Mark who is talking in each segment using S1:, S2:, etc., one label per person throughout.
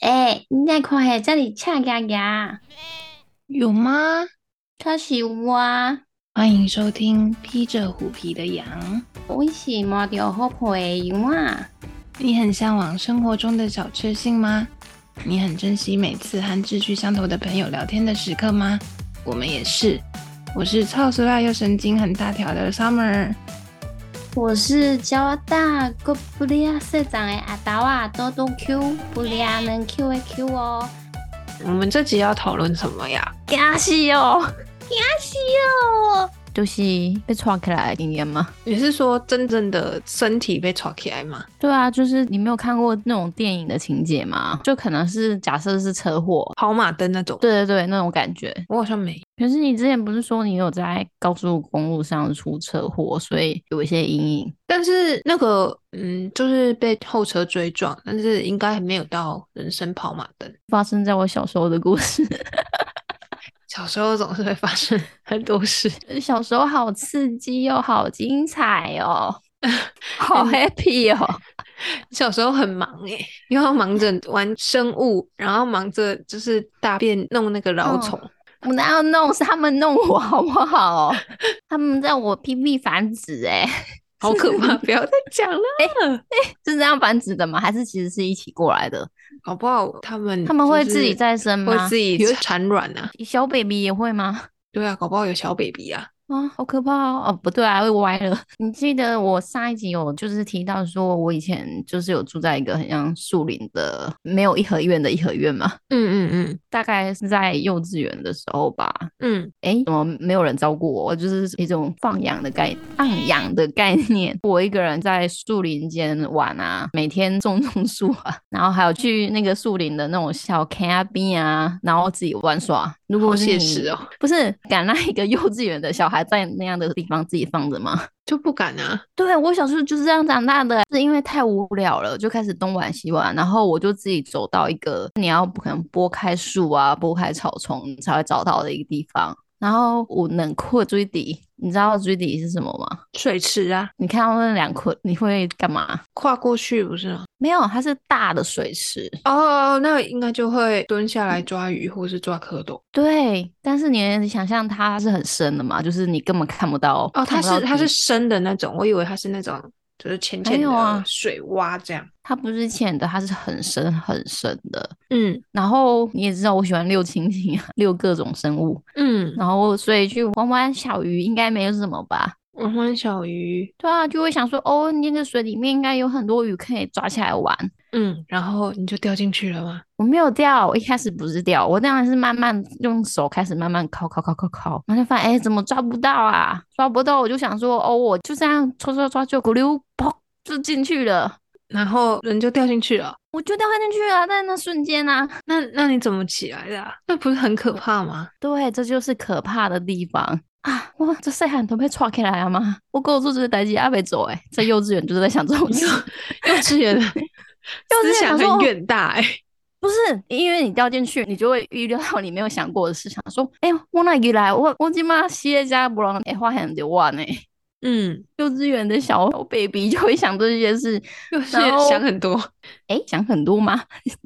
S1: 哎，你在看嘿，这里恰嘎嘎，
S2: 有吗？
S1: 可是有啊，
S2: 欢迎收听《披着虎皮的羊》。
S1: 我是摸着好皮的羊啊。
S2: 你很向往生活中的小确幸吗？你很珍惜每次和志趣相投的朋友聊天的时刻吗？我们也是。我是超俗辣又神经很大条的 Summer。
S1: 我是加拿大哥布利亚社长的阿达啊，多多 Q 布利亚能 Q 的 Q 哦，
S2: 我们这集要讨论什么呀？
S1: 惊死哦，惊死哦！
S3: 就是被创起来的经验吗？
S2: 你是说真正的身体被吵起来吗？
S3: 对啊，就是你没有看过那种电影的情节吗？就可能是假设是车祸，
S2: 跑马灯那种？
S3: 对对对，那种感觉。
S2: 我好像没。
S3: 可是你之前不是说你有在高速公路上出车祸，所以有一些阴影？
S2: 但是那个，嗯，就是被后车追撞，但是应该还没有到人生跑马灯。
S3: 发生在我小时候的故事。
S2: 小时候总是会发生 很多事。
S3: 小时候好刺激又好精彩 哦，好 happy 哦。
S2: 小时候很忙诶、又要忙着玩生物，然后忙着就是大便弄那个
S3: 哦
S2: 老虫。
S3: 我哪有弄？是他们弄我好不好？他们在我屁屁繁殖、欸，哎，
S2: 好可怕！不 要再 讲了，
S3: 是这样繁殖的吗？还是其实是一起过来的？
S2: 搞不好他们
S3: 他们会
S2: 就
S3: 自己
S2: 是
S3: 再生
S2: 会
S3: 吗？
S2: 自己
S3: 有
S2: 产卵啊。
S3: 小 baby 也会吗？
S2: 对啊，搞不好有小 baby 啊。
S3: 啊，好可怕哦！哦，不对啊，会歪了。 你记得我上一集有就是提到说，我以前就是有住在一个很像树林的，没有一合院的一合院嘛，
S2: 嗯嗯
S3: 大概是在幼稚园的时候吧。
S2: 嗯嗯，
S3: 诶，怎么没有人照顾我？就是一种放养的概放养的概念。我一个人在树林间玩啊，每天种种树啊，然后还有去那个树林的那种小 cabin 啊，然后自己玩耍。如果
S2: 好
S3: 是
S2: 写
S3: 你
S2: 实哦，
S3: 不是敢让一个幼稚园的小孩在那样的地方自己放着吗？
S2: 就不敢啊。
S3: 对我小时候就是这样长大的，是因为太无聊了，就开始东玩西玩，然后我就自己走到一个你要不可能拨开树啊、拨开草丛你才会找到的一个地方。然后我冷酷追底，你知道追底是什么吗？
S2: 水池啊，
S3: 你看到那两捆，你会干嘛？
S2: 跨过去不是吗？
S3: 没有，它是大的水池，
S2: 哦，那应该就会蹲下来抓鱼或是抓蝌蚪。
S3: 对，但是你能想象它是很深的嘛，就是你根本看不到
S2: 哦，它
S3: 看不到
S2: 是它
S3: 底
S2: 是深的那种，我以为它是那种就是浅
S3: 没
S2: 浅
S3: 有啊
S2: 的水洼这样。
S3: 它不是浅的，它是很深很深的。
S2: 嗯
S3: 然后你也知道，我喜欢遛蜻蜓啊，遛各种生物，
S2: 嗯，
S3: 然后所以去玩玩小鱼应该没有什么吧？
S2: 玩玩小鱼，
S3: 对啊，就会想说，哦，那个水里面应该有很多鱼可以抓起来玩。
S2: 嗯，然后你就掉进去了吗？
S3: 我没有钓，我一开始不是钓，我当然是慢慢用手开始慢慢敲敲敲敲敲，然后就发现哎怎么抓不到啊？抓不到，我就想说哦，我就这样抓抓抓就咕溜砰就进去了，
S2: 然后人就掉进去了。
S3: 我就掉进去了，在那瞬间啊，
S2: 那那你怎么起来的、啊？那不是很可怕吗？
S3: 对，这就是可怕的地方啊！我这细汉都被抓起来了吗？我跟我做这些代志还没做哎、在幼稚园就是在想这种事，
S2: 幼稚园的
S3: 稚园
S2: 思想
S3: 想说
S2: 很远大 哎、
S3: 不是因为你掉进去，你就会预料到你没有想过的事，想说，哎、我哪里来？我我今妈西耶加不让哎花很多万呢。
S2: 嗯，
S3: 幼稚园的小 baby 就会想这些事，
S2: 幼稚
S3: 然
S2: 园
S3: 后
S2: 想很多。
S3: 哎，想很多吗？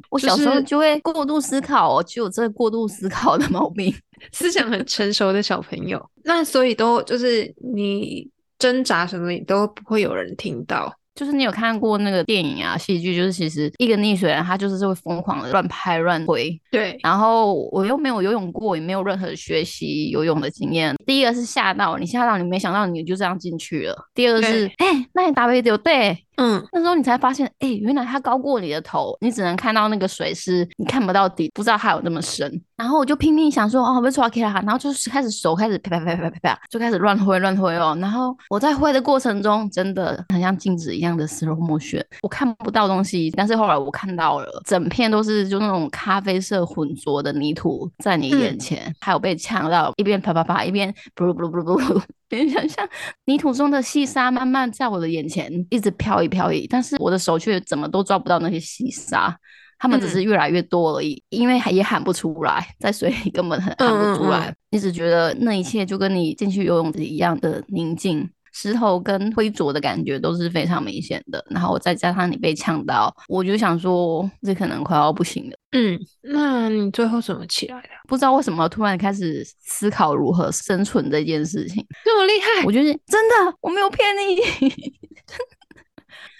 S3: 我
S2: 就
S3: 小时候
S2: 是
S3: 就会过度思考、哦，就有这个过度思考的毛病。
S2: 思想很成熟的小朋友， 那所以都就是你挣扎什么，你都不会有人听到。
S3: 就是你有看过那个电影啊、戏剧，就是其实一个溺水人，他就是会疯狂的乱拍乱挥。
S2: 对，
S3: 然后我又没有游泳过，也没有任何学习游泳的经验。第一个是吓到你，吓到你没想到你就这样进去了。第二个是，哎、那你打背丢对，
S2: 嗯，
S3: 那时候你才发现，哎、原来它高过你的头，你只能看到那个水是你看不到底，不知道它有那么深。然后我就拼命想说，哦，被抓起来，然后就是开始手开始啪啪啪啪啪啪，就开始乱挥乱挥哦。然后我在挥的过程中，真的很像静止一样的 slow motion，我看不到东西，但是后来我看到了，整片都是就那种咖啡色浑浊的泥土在你眼前，还有被呛到一边啪啪啪一边不噜不噜不噜不噜， 你想象泥土中的
S2: 嗯
S3: 细沙慢慢在我的眼前一直飘移飘移，但是我的手却怎么都抓不到那些细沙，它
S2: 嗯
S3: 们只是越来越多而已，因为还也喊不出来，在水里根本很喊不出来，
S2: 嗯嗯
S3: 你只觉得那一切就跟你进去游泳池一样的宁静。石头跟灰浊的感觉都是非常明显的。然后再加上你被呛到，我就想说这可能快要不行了。
S2: 嗯，那你最后怎么起来的？
S3: 不知道为什么突然开始思考如何生存这件事情。
S2: 这么厉害，
S3: 我就是真的，我没有骗你，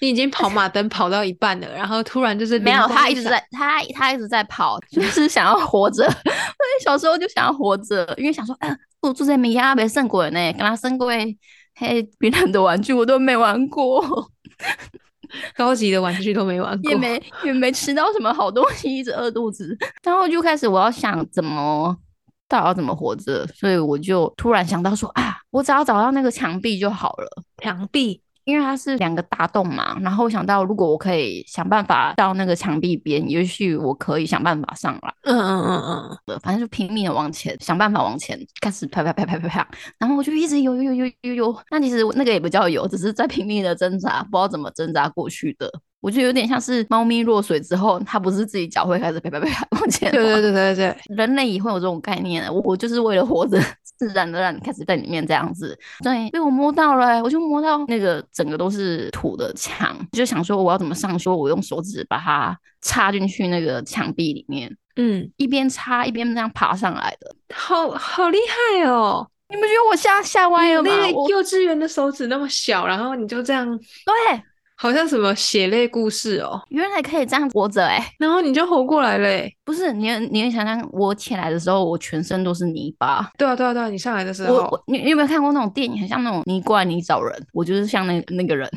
S2: 你已经跑马灯跑到一半了，然后突然就是
S3: 没有，
S2: 灵光
S3: 他一
S2: 闪
S3: 直在，他他一直在跑，就是想要活着。 我小时候就想要活着，因为想说，嗯、我住在米亚没胜过呢，跟他胜过的嘿，别人的玩具我都没玩过，
S2: 高级的玩具都没玩过，
S3: 也没也没吃到什么好东西，一直饿肚子。然后就开始我要想怎么。到底要怎么活着？所以我就突然想到说啊，我只要找到那个墙壁就好了。
S2: 墙壁。
S3: 因为它是两个大洞嘛，然后我想到如果我可以想办法到那个墙壁边，也许我可以想办法上来
S2: 嗯嗯嗯
S3: 了，反正就拼命的往前，想办法往前，开始啪啪啪啪啪啪，然后我就一直游游游游游游，那其实那个也不叫游，只是在拼命的挣扎，不知道怎么挣扎过去的。我觉得有点像是猫咪落水之后，它不是自己脚会开始啪啪啪 啪往前
S2: 嗯，对
S3: 滑
S2: 对对对对，
S3: 人类也会有这种概念的，我我就是为了活着， 自然而然开始在里面这样子。对，被我摸到了欸、我就摸到那个整个都是土的墙，就想说我要怎么上说我用手指把它插进去那个墙壁里面，
S2: 嗯，
S3: 一边插一边这样爬上来的。
S2: 好好厉害哦！
S3: 你们觉得我吓吓歪
S2: 你
S3: 了
S2: 那
S3: 吗？
S2: 个
S3: 哦我
S2: 幼稚园的手指那么小，然后你就这样，
S3: 对，
S2: 好像什么血泪故事哦，
S3: 原来可以这样活着哎、
S2: 然后你就活过来欸嘞。
S3: 不是你你能想象我起来的时候，我全身都是泥巴，
S2: 对啊对啊对啊，你上来的时
S3: 我
S2: 候，
S3: 我你你有没有看过那种电影，很像那种泥怪泥找人，我就是像那 那个人。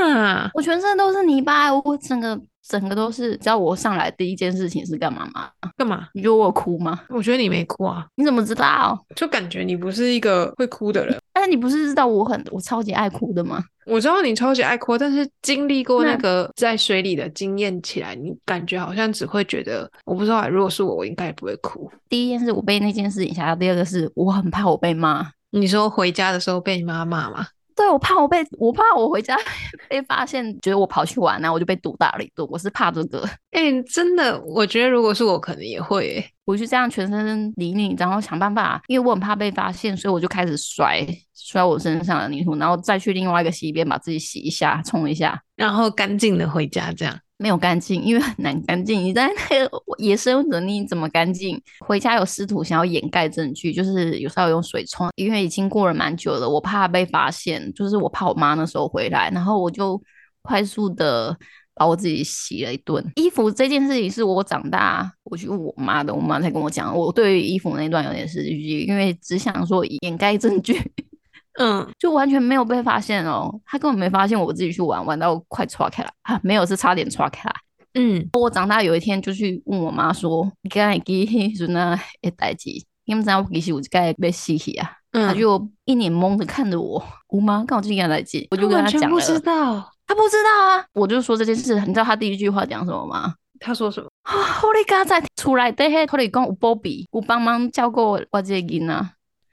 S2: 那
S3: 我全身都是泥巴，欸我整个整个都是。知道我上来第一件事情是干嘛吗？
S2: 干嘛？
S3: 你觉得我有哭吗？
S2: 我觉得你没哭啊，
S3: 你怎么知道？
S2: 就感觉你不是一个会哭的人。
S3: 但是你不是知道我很我超级爱哭的吗？
S2: 我知道你超级爱哭，但是经历过那
S3: 那
S2: 个在水里的经验起来，你感觉好像只会觉得，我不知道啊，如果是我，我应该也不会哭。
S3: 第一件事我被那件事影响到，第二个是我很怕我被骂。
S2: 你说回家的时候被你妈骂吗？
S3: 对，我怕我被我怕我回家 被发现，觉得我跑去玩啊然后我就被毒打了一顿。我是怕这个，
S2: 哎、真的，我觉得如果是我，可能也会、欸。
S3: 我就这样全身泥泞，然后想办法，因为我很怕被发现，所以我就开始摔摔我身上的泥土，然后再去另外一个溪边把自己洗一下，冲一下，
S2: 然后干净的回家，这样
S3: 没有干净，因为很难干净。你在那个野生的，你怎么干净？回家有试图想要掩盖证据，就是有时候用水冲，因为已经过了蛮久了，我怕被发现，就是我怕我妈那时候回来，然后我就快速的把我自己洗了一顿。衣服这件事情是我长大我去问我妈的，我妈才跟我讲，我对于衣服那段有点失去记忆，因为只想说掩盖证据，
S2: 嗯，
S3: 就完全没有被发现哦，她根本没发现我自己去玩，玩到快岔开了啊，没有是差点岔开来。
S2: 嗯，
S3: 我长大有一天就去问我妈说，刚才记迄阵啊的代志，你们知道我其实有一该被死去啊，她
S2: 嗯，
S3: 就一脸懵的看着我，我妈刚好这件代志，我
S2: 我
S3: 就跟她讲
S2: 不
S3: 了，
S2: 知道
S3: 她不知道啊，我就说这件事，你知道她第一句话讲什么吗？
S2: 他说什么。
S3: 啊，我你刚才出来底迄，我你讲有保庇，有帮忙照顾我我这个囡仔，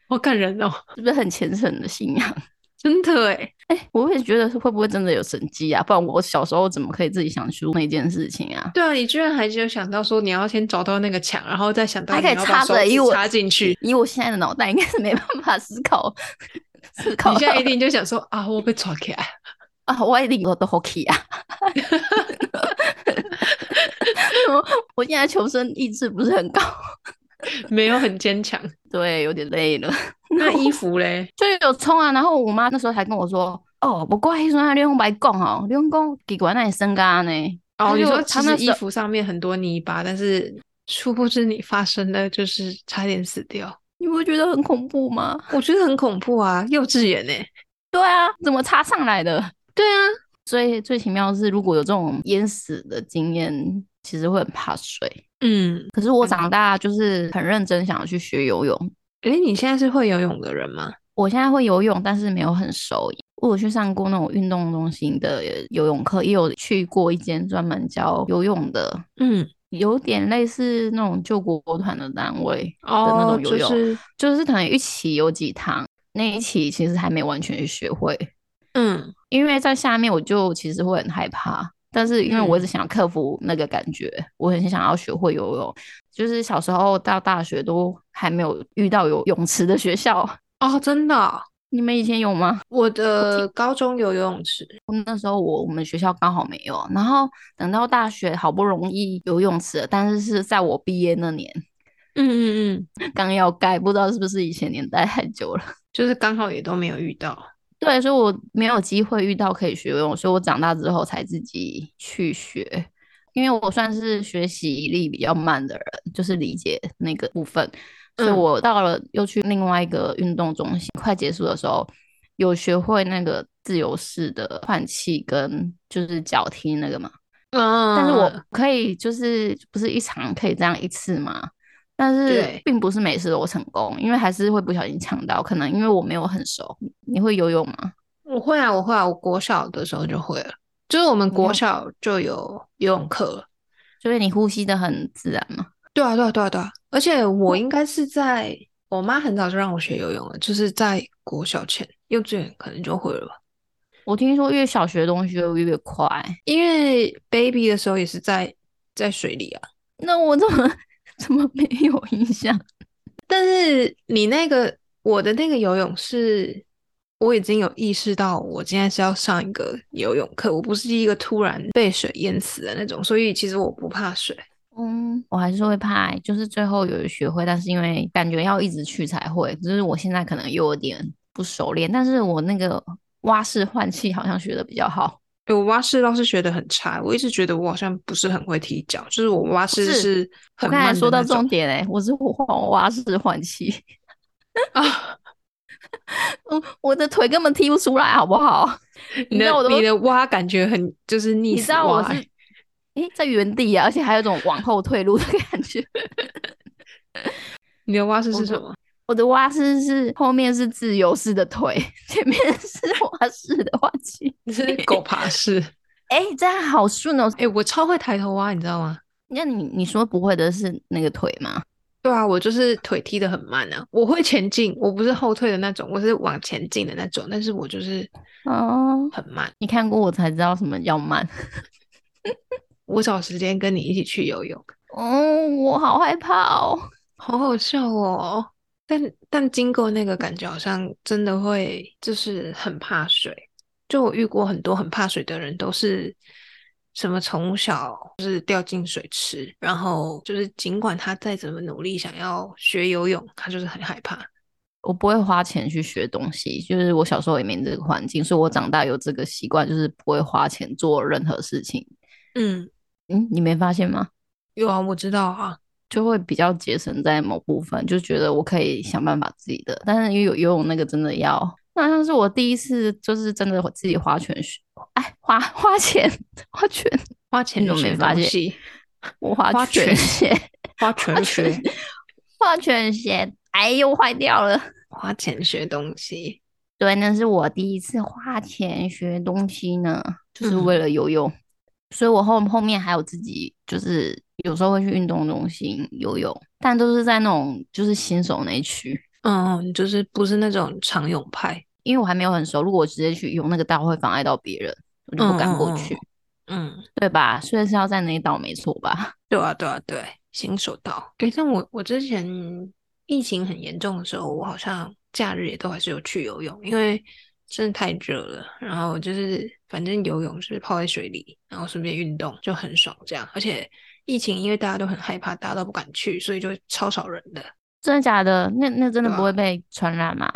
S2: 好感人哦，
S3: 是不是很虔诚的信仰？
S2: 真的哎，
S3: 我会觉得是会不会真的有神迹啊？不然我小时候怎么可以自己想出那件事情啊？
S2: 对啊，你居然还有想到说你要先找到那个墙，然后再想到
S3: 还
S2: 你
S3: 可以
S2: 要把
S3: 插
S2: 手
S3: 着，
S2: 指
S3: 以我
S2: 插进去。
S3: 以我现在的脑袋应该是没办法思考思考
S2: 你现在一定就想说啊，我被抓起来，
S3: 啊，我一定我都 hockey 啊。 我我现在求生意志不是很高，
S2: 没有很坚强。
S3: 对，有点累了，
S2: 那衣服 嘞？
S3: 就有冲啊。然后我妈那时候还跟我说：“哦，不过迄阵啊，你用白讲哦，你用讲奇怪那你身家呢？
S2: 哦，
S3: 他
S2: 你
S3: 就
S2: 说
S3: 他
S2: 其
S3: 那
S2: 实
S3: 时
S2: 衣
S3: 候
S2: 服上面很多泥巴，但是殊不知你发生了，就是差点死掉。
S3: 你不觉得很恐怖吗
S2: 我觉得很恐怖啊，幼稚园呢、？”
S3: 对啊，怎么插上来的？
S2: 对啊，
S3: 最最奇妙的是，如果有这种淹死的经验，其实会很怕水。
S2: 嗯，
S3: 可是我长大就是很认真想要去学游泳，
S2: 诶，你现在是会游泳的人吗？
S3: 我现在会游泳，但是没有很熟。我有去上过那种运动中心的游泳课，也有去过一间专门教游泳的，
S2: 嗯，
S3: 有点类似那种救国团的单位，那
S2: 哦，
S3: 种游
S2: 就
S3: 泳
S2: 是，
S3: 就是可能一起有几堂，那一期其实还没完全学会，
S2: 嗯，
S3: 因为在下面我就其实会很害怕，但是因为我一
S2: 嗯
S3: 直想克服那个感觉，我很想要学会游泳。就是小时候到大学都还没有遇到有泳池的学校，
S2: 哦，真的哦、
S3: 你们以前有吗？
S2: 我的高中有游泳池，
S3: 我那时候我我们学校刚好没有，然后等到大学好不容易游泳池了，但是是在我毕业那年
S2: 嗯嗯嗯，
S3: 刚要盖，不知道是不是以前年代太久了。
S2: 就是刚好也都没有遇到。
S3: 对，所以我没有机会遇到可以学游泳，所以我长大之后才自己去学。因为我算是学习力比较慢的人，就是理解那个部分，所以
S2: 嗯
S3: 我到了又去另外一个运动中心，快结束的时候，有学会那个自由式的换气跟就是脚踢那个嘛。
S2: 嗯，
S3: 但是我可以就是不是一场可以这样一次嘛？但是
S2: 对
S3: 并不是每次都成功，因为还是会不小心呛到，可能因为我没有很熟。你会游泳吗？
S2: 我会啊，我会啊，我国小的时候就会了，就是我们
S3: 你
S2: 国
S3: 有
S2: 小就有游泳课了。
S3: 就是你呼吸的很自然嘛。
S2: 对啊，对啊，对啊，对啊，而且我应该是在我妈很早就让我学游泳了，就是在国小前，幼稚园可能就会了吧。
S3: 我听说越小学的东西就越快，
S2: 因为 baby 的时候也是在在水里啊，
S3: 那我怎么 怎么没有印象？
S2: 但是你那个我的那个游泳是，我已经有意识到我今天是要上一个游泳课，我不是一个突然被水淹死的那种，所以其实我不怕水。
S3: 嗯，我还是会怕欸、就是最后有学会，但是因为感觉要一直去才会，就是我现在可能又有点不熟练，但是我那个蛙式换气好像学的比较好。
S2: 欸我蛙式倒是学的很差，我一直觉得我好像不是很会踢脚，就是我蛙式
S3: 是
S2: 是
S3: 我
S2: 很
S3: 刚才
S2: 慢的
S3: 说到
S2: 那种
S3: 重 点哎、我是换蛙式换气，
S2: 啊，
S3: 嗯，我的腿根本踢不出来，好不好？
S2: 你
S3: 你知
S2: 的
S3: 道我都
S2: 你的蛙感觉很就是溺
S3: 你
S2: 死
S3: 知道我
S2: 蛙
S3: 是
S2: 欸，
S3: 诶、在原地啊，而且还有一种往后退路的感觉。
S2: 你的蛙式
S3: 我
S2: 是
S3: 说
S2: 什么？
S3: 我的蛙式是后面是自由式的腿，前面是蛙式的蛙气。
S2: 你 是狗爬式？
S3: 哎、这样好顺哦。
S2: 哎、我超会抬头蛙，你知道吗？
S3: 那你你说不会的是那个腿吗？
S2: 对啊，我就是腿踢得很慢啊，我会前进，我不是后退的那种，我是往前进的那种，但是我就是
S3: 哦，
S2: 很慢。
S3: 你看过我才知道什么叫慢。
S2: 我找时间跟你一起去游泳，
S3: 哦，我好害怕哦。
S2: 好好笑哦。但但经过那个感觉，好像真的会就是很怕水。就我遇过很多很怕水的人，都是什么从小就是掉进水池，然后就是尽管他再怎么努力想要学游泳，他就是很害怕。
S3: 我不会花钱去学东西，就是我小时候也没这个环境，所以我长大有这个习惯，就是不会花钱做任何事情。
S2: 嗯，
S3: 嗯，你没发现吗？
S2: 有啊，我知道啊。
S3: 就会比较节省在某部分，就觉得我可以想办法自己的。但是因为有游泳那个真的要，那好像是我第一次就是真的自己花钱学，哎，花花钱花钱，
S2: 花钱
S3: 你
S2: 就
S3: 怎么
S2: 学
S3: 没发
S2: 东
S3: 现
S2: 西，
S3: 我花
S2: 花
S3: 拳
S2: 拳
S3: 鞋，
S2: 花钱学，
S3: 花拳鞋，哎呦坏掉了。
S2: 花钱学东西。
S3: 对，那是我第一次花钱学东西呢，就是
S2: 嗯
S3: 为了游泳，所以我后后面还有自己就是有时候会去运动中心游泳，但都是在那种就是新手那一区。
S2: 嗯，就是不是那种常泳派。
S3: 因为我还没有很熟，如果我直接去用那个道会妨碍到别人，我就不敢过去，
S2: 嗯嗯，
S3: 对吧？虽然是要在那一道，没错吧？
S2: 对啊，对啊，对，新手道。诶，但我我之前疫情很严重的时候，我好像假日也都还是有去游泳，因为真的太热了。然后就是反正游泳就是泡在水里，然后顺便运动就很爽这样。而且疫情因为大家都很害怕，大家都不敢去，所以就超少人的。
S3: 真的假的？那那真的
S2: 对啊
S3: 不会被传染吗？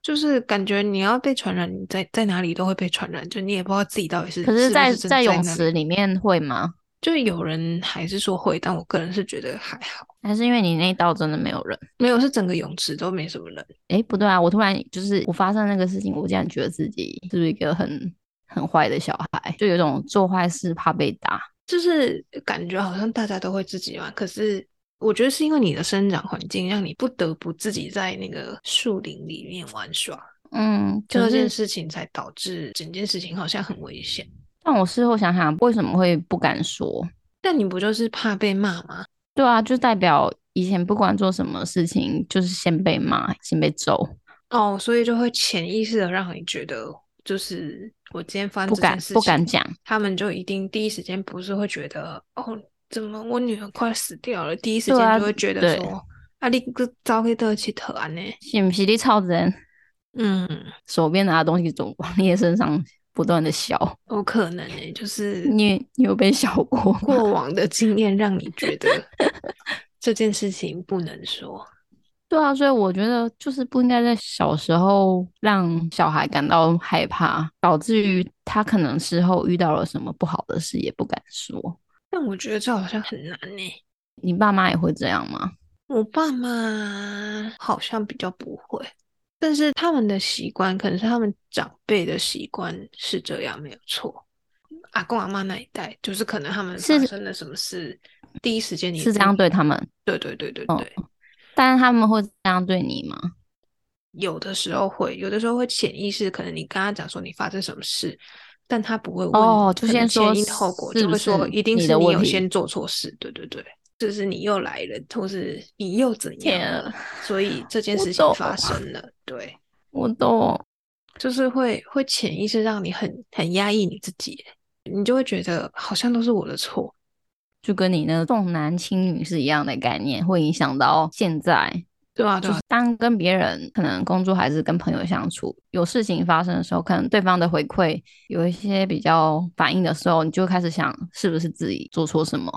S2: 就是感觉你要被传染，你在在哪里都会被传染，就你也不知道自己到底是
S3: 可
S2: 是不
S3: 在
S2: 真的
S3: 在
S2: 在
S3: 泳
S2: 那里
S3: 池里面会吗？
S2: 就是有人还是说会，但我个人是觉得还好，
S3: 还是因为你那一道真的没有人？
S2: 没有是整个泳池都没什么人。
S3: 诶，不对啊！我突然就是我发生那个事情，我竟然觉得自己是不是一个很很坏的小孩，就有一种做坏事怕被打。
S2: 就是感觉好像大家都会自己玩，可是我觉得是因为你的生长环境让你不得不自己在那个树林里面玩耍，
S3: 嗯，
S2: 就
S3: 可
S2: 这件
S3: 是
S2: 事情才导致整件事情好像很危险。
S3: 但我事后想想，为什么会不敢说？
S2: 但你不就是怕被骂吗？
S3: 对啊，就代表以前不管做什么事情，就是先被骂，先被揍，
S2: 哦，所以就会潜意识的让你觉得，就是我今天发生
S3: 不
S2: 这件
S3: 敢
S2: 事
S3: 不
S2: 情
S3: 敢讲。
S2: 他们就一定第一时间不是会觉得哦，怎么我女儿快死掉了？第一时
S3: 对啊
S2: 间就会觉得
S3: 对
S2: 说，啊，你个早给得去投案呢？
S3: 是不是你操人？
S2: 嗯，
S3: 手边拿的东西总 往你的身上不断的削。
S2: 有哦可能诶、就是
S3: 你也你有被削过吗？
S2: 过往的经验让你 觉得这件事情不能说。
S3: 对啊，所以我觉得就是不应该在小时候让小孩感到害怕，导致于他可能事后遇到了什么不好的事也不敢说。
S2: 但我觉得这好像很难呢、
S3: 你爸妈也会这样吗？
S2: 我爸妈好像比较不会，但是他们的习惯可能是他们长辈的习惯是这样，没有错。阿公阿妈那一代，就是可能他们发
S3: 是
S2: 生了什么事，第一时间你
S3: 是这样对他们，
S2: 对对对对对，
S3: 哦但是他们会这样对你吗？
S2: 有的时候会，有的时候会潜意识，可能你跟他讲说你发生什么事，但他不会问，
S3: 哦就
S2: 可能
S3: 先说
S2: 前因后果，
S3: 是
S2: 就
S3: 不
S2: 会说
S3: 是
S2: 一定
S3: 你
S2: 是
S3: 的
S2: 你
S3: 问
S2: 有
S3: 题
S2: 先做错事，对对对，就是你又来了，或是你又怎样
S3: 天啊
S2: 了，所以这件
S3: 我
S2: 事情
S3: 懂
S2: 发生了，对，
S3: 我懂，
S2: 就是会会潜意识让你很很压抑你自己，你就会觉得好像都是我的错，
S3: 就跟你那个重男轻女是一样的概念，会影响到现在。
S2: 对啊对
S3: 就
S2: 啊
S3: 是，当跟别人可能工作还是跟朋友相处，有事情发生的时候，可能对方的回馈有一些比较反应的时候，你就开始想是不是自己做错什么，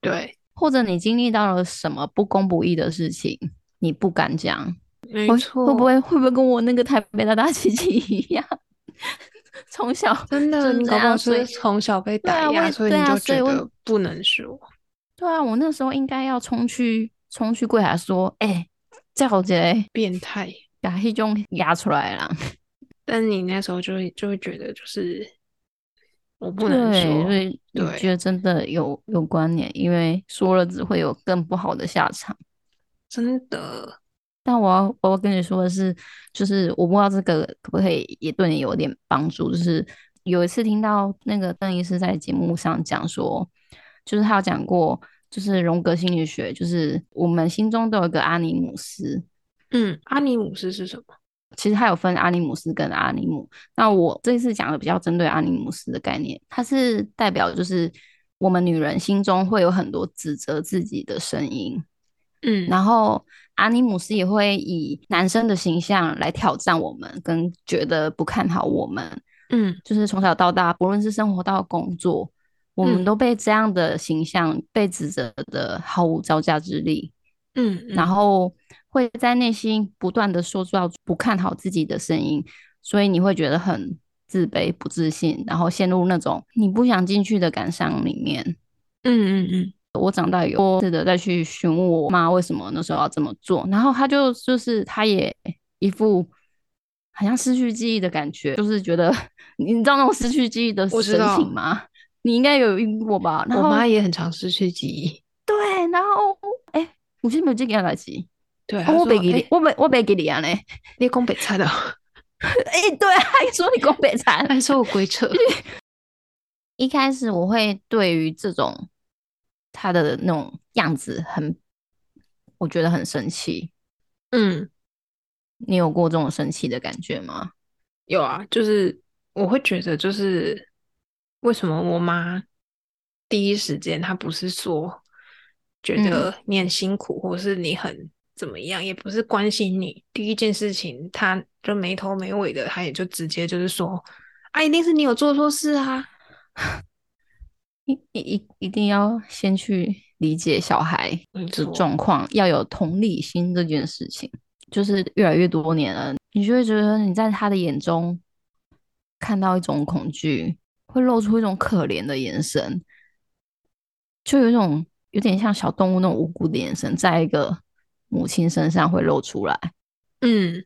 S2: 对，
S3: 或者你经历到了什么不公不义的事情，你不敢讲，
S2: 没
S3: 会
S2: 错，
S3: 会不会会不会跟我那个台北的大琪琪一样，从小
S2: 真的？
S3: 就是
S2: 你
S3: 这
S2: 搞不好
S3: 样啊所
S2: 是
S3: 以
S2: 从小被
S3: 对啊
S2: 打
S3: 我
S2: 压，
S3: 也
S2: 所以
S3: 对
S2: 你
S3: 啊
S2: 就
S3: 所以
S2: 觉
S3: 我
S2: 得不能说。
S3: 对啊，我那时候应该要冲去冲去柜台说，哎、叫我姐
S2: 变态，
S3: 把黑种压出来啦。
S2: 但你那时候就会就会觉得就是我不
S3: 对，
S2: 能
S3: 所
S2: 说，
S3: 以我
S2: 对
S3: 觉得真的有有关联，因为说了只会有更不好的下场。
S2: 真的
S3: 但我要我要跟你说的是，就是我不知道这个可不可以也对你有点帮助。就是有一次听到那个邓医师在节目上讲说，就是他有讲过，就是荣格心理学，就是我们心中都有一个阿尼姆斯，
S2: 嗯，阿尼姆斯是什么？
S3: 其实它有分阿尼姆斯跟阿尼姆。那我这次讲的比较针对阿尼姆斯的概念，它是代表就是我们女人心中会有很多指责自己的声音，
S2: 嗯，
S3: 然后阿尼姆斯也会以男生的形象来挑战我们，跟觉得不看好我们。
S2: 嗯
S3: 就是从小到大，不论是生活到工作，我
S2: 嗯
S3: 们都被这样的形象被指责的毫无招架之力。
S2: 嗯，嗯
S3: 然后会在内心不断的说出要不看好自己的声音，所以你会觉得很自卑、不自信，然后陷入那种你不想进去的感伤里面。
S2: 嗯嗯嗯，
S3: 我长大有多次的再去询问我妈为什么那时候要这么做，然后她就就是她也一副好像失去记忆的感觉，就是觉得你知道那种失去记忆的
S2: 我知
S3: 神
S2: 道
S3: 情吗？你应该有遇过吧？然
S2: 我
S3: 后
S2: 妈也很常失去记忆，
S3: 对，然后哎、我是没有这个来及，
S2: 对，
S3: 啊
S2: 她
S3: 我
S2: 说
S3: 没给你
S2: 哎，
S3: 我没我没给你啊嘞。
S2: 你攻北菜的哦，
S3: 哎、对啊，还说你拱北残。
S2: 还说我鬼扯，
S3: 一开始我会对于这种他的那种样子很，我觉得很生气。
S2: 嗯，
S3: 你有过这种生气的感觉吗？
S2: 有啊，就是我会觉得就是为什么我妈第一时间她不是说觉得你很辛苦，或是你很怎么样，也不是关心你，第一件事情她就没头没尾的，她也就直接就是说啊，一定是你有做错事啊，
S3: 一一一一定要先去理解小孩
S2: 没
S3: 的
S2: 错
S3: 状况，要有同理心这件事情，就是越来越多年了，你就会觉得你在他的眼中看到一种恐惧，会露出一种可怜的眼神，就有一种有点像小动物那种无辜的眼神，在一个母亲身上会露出来，
S2: 嗯，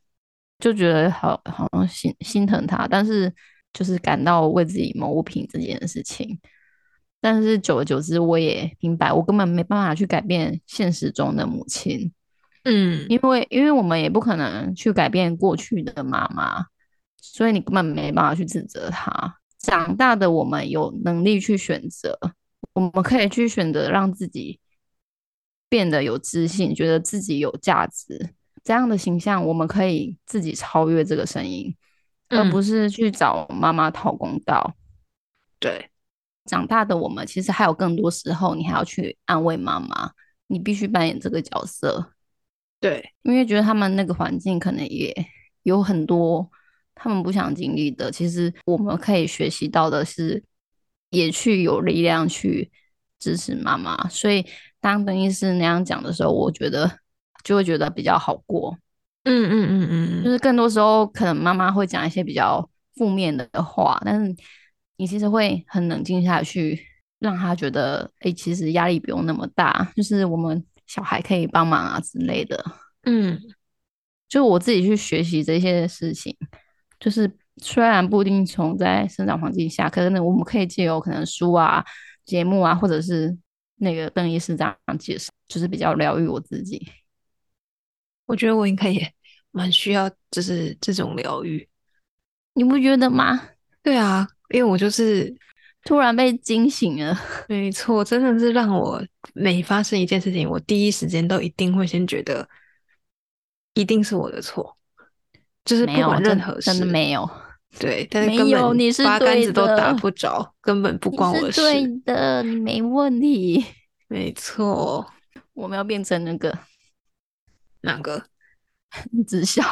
S3: 就觉得好好像心心疼他，但是就是感到为自己谋不平这件事情。但是久而久之，我也明白，我根本没办法去改变现实中的母亲，
S2: 嗯，
S3: 因为因为我们也不可能去改变过去的妈妈，所以你根本没办法去指责她。长大的我们有能力去选择，我们可以去选择让自己变得有自信，觉得自己有价值，这样的形象我们可以自己超越这个声音，而
S2: 嗯
S3: 不是去找妈妈讨公道。
S2: 对，
S3: 长大的我们，其实还有更多时候，你还要去安慰妈妈，你必须扮演这个角色，
S2: 对，
S3: 因为觉得他们那个环境可能也有很多他们不想经历的，其实我们可以学习到的是，也去有力量去支持妈妈。所以当邓医师那样讲的时候，我觉得就会觉得比较好过。
S2: 嗯嗯嗯嗯
S3: 就
S2: 嗯，
S3: 是更多时候可能妈妈会讲一些比较负面的话，但是你其实会很冷静下去，让他觉得，哎、其实压力不用那么大，就是我们小孩可以帮忙啊之类的。
S2: 嗯，
S3: 就我自己去学习这些事情，就是虽然不一定从在生长环境下，可是呢，我们可以借由可能书啊、节目啊，或者是那个邓医师这样介绍，就是比较疗愈我自己。
S2: 我觉得我应该也蛮需要，就是这种疗愈。
S3: 你不觉得吗？
S2: 对啊，因为我就是
S3: 突然被惊醒了。
S2: 没错，真的是让我每发生一件事情，我第一时间都一定会先觉得一定是我的错，就是不
S3: 没有
S2: 管
S3: 真
S2: 任何
S3: 真的
S2: 事，
S3: 没有，
S2: 对，但是
S3: 没
S2: 根
S3: 有
S2: 本
S3: 你是
S2: 八竿
S3: 对
S2: 子都打
S3: 的
S2: 不着，根本不
S3: 你
S2: 关我
S3: 是
S2: 的
S3: 对
S2: 事，
S3: 的，你没问题。
S2: 没错，
S3: 我们要变成那个
S2: 哪个？
S3: 直销，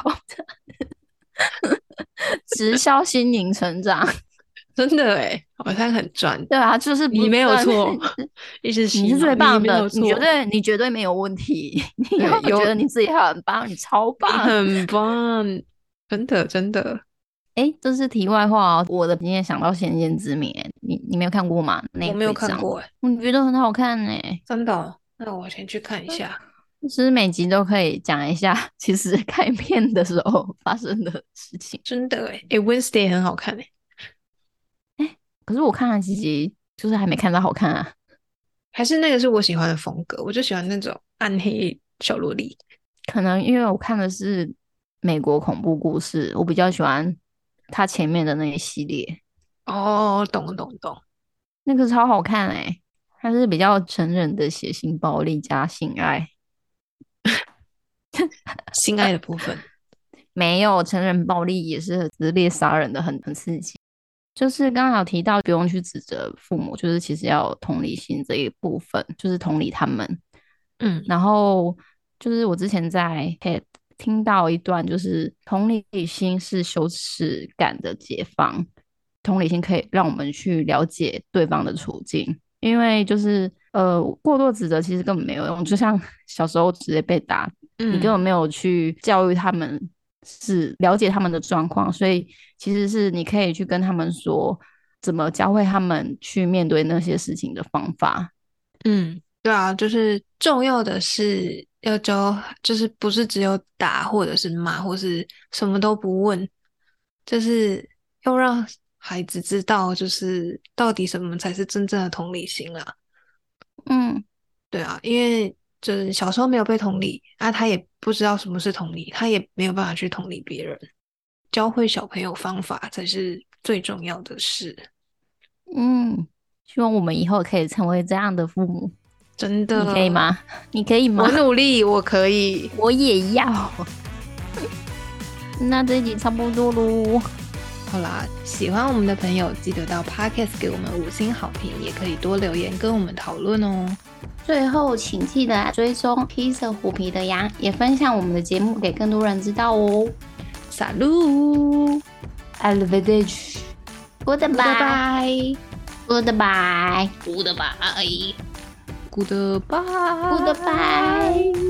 S3: 直销心灵成长，
S2: 真的诶，好像很赚，
S3: 对啊，就是不
S2: 你没有
S3: 断
S2: 错， 一直洗
S3: 你是
S2: 脑
S3: 最棒
S2: 啊没
S3: 的
S2: 有，
S3: 你绝
S2: 错
S3: 对你绝对没有问题， 你
S2: 对
S3: 要
S2: 有
S3: 觉得你自己很棒，你超
S2: 你
S3: 棒。
S2: 很棒，真的真的，
S3: 哎，这是题外话哦，我的今天想到《先见之明》诶，你你没有看过吗？那
S2: 我没有看，过诶，
S3: 我觉得很好看哎、
S2: 真的哦，那我先去
S3: 嗯
S2: 看一下。
S3: 就是每集都可以讲一下，其实看片的时候发生的事情。
S2: 真的诶，诶 w e d n e s d a y 很好看诶，
S3: 可是我看了几集，就是还没看到好看啊。
S2: 还是那个是我喜欢的风格，我就喜欢那种暗黑小萝莉。
S3: 可能因为我看的是美国恐怖故事，我比较喜欢它前面的那一系列，
S2: 哦，懂懂懂，
S3: 那个超好看哎、它是比较成人的血腥暴力加性爱，
S2: 心爱的部分。
S3: 没有成人暴力也是很直烈杀人的，很很刺激。就是刚好提到不用去指责父母，就是其实要有同理心这一部分，就是同理他们。
S2: 嗯
S3: 然后就是我之前在 TED 听到一段，就是同理心是羞耻感的解放，同理心可以让我们去了解对方的处境，因为就是呃过多指责其实根本没有用，就像 小时候直接被打，
S2: 嗯，
S3: 你根本没有去教育他们，是了解他们的状况，所以其实是你可以去跟他们说。怎么教会他们去面对那些事情的方法？
S2: 嗯，对啊，就是重要的是要教，就是不是只有打或者是骂，或是什么都不问，就是要让孩子知道，就是到底什么才是真正的同理心啦。
S3: 嗯，
S2: 对啊，因为就是小时候没有被同理，啊，他也不知道什么是同理，他也没有办法去同理别人，教会小朋友方法才是最重要的事。
S3: 嗯，希望我们以后可以成为这样的父母。
S2: 真
S3: 你
S2: 的，
S3: 可以？吗？ 你可以吗
S2: 嗯我？努力，我可以。
S3: 我也要。 那这一集差不多喽，
S2: 好啦，喜欢我们的朋友，记得到 Podcast 给我们五星好评，也可以多留言跟我们讨论哦。
S4: 最后，请记得追踪披着虎皮的羊，也分享我们的节目给更多人知道哦。
S2: 撒路，
S3: a l v e d a g e
S4: Goodbye，Goodbye，Goodbye。
S2: ，Goodbye，Goodbye。
S4: Goodbye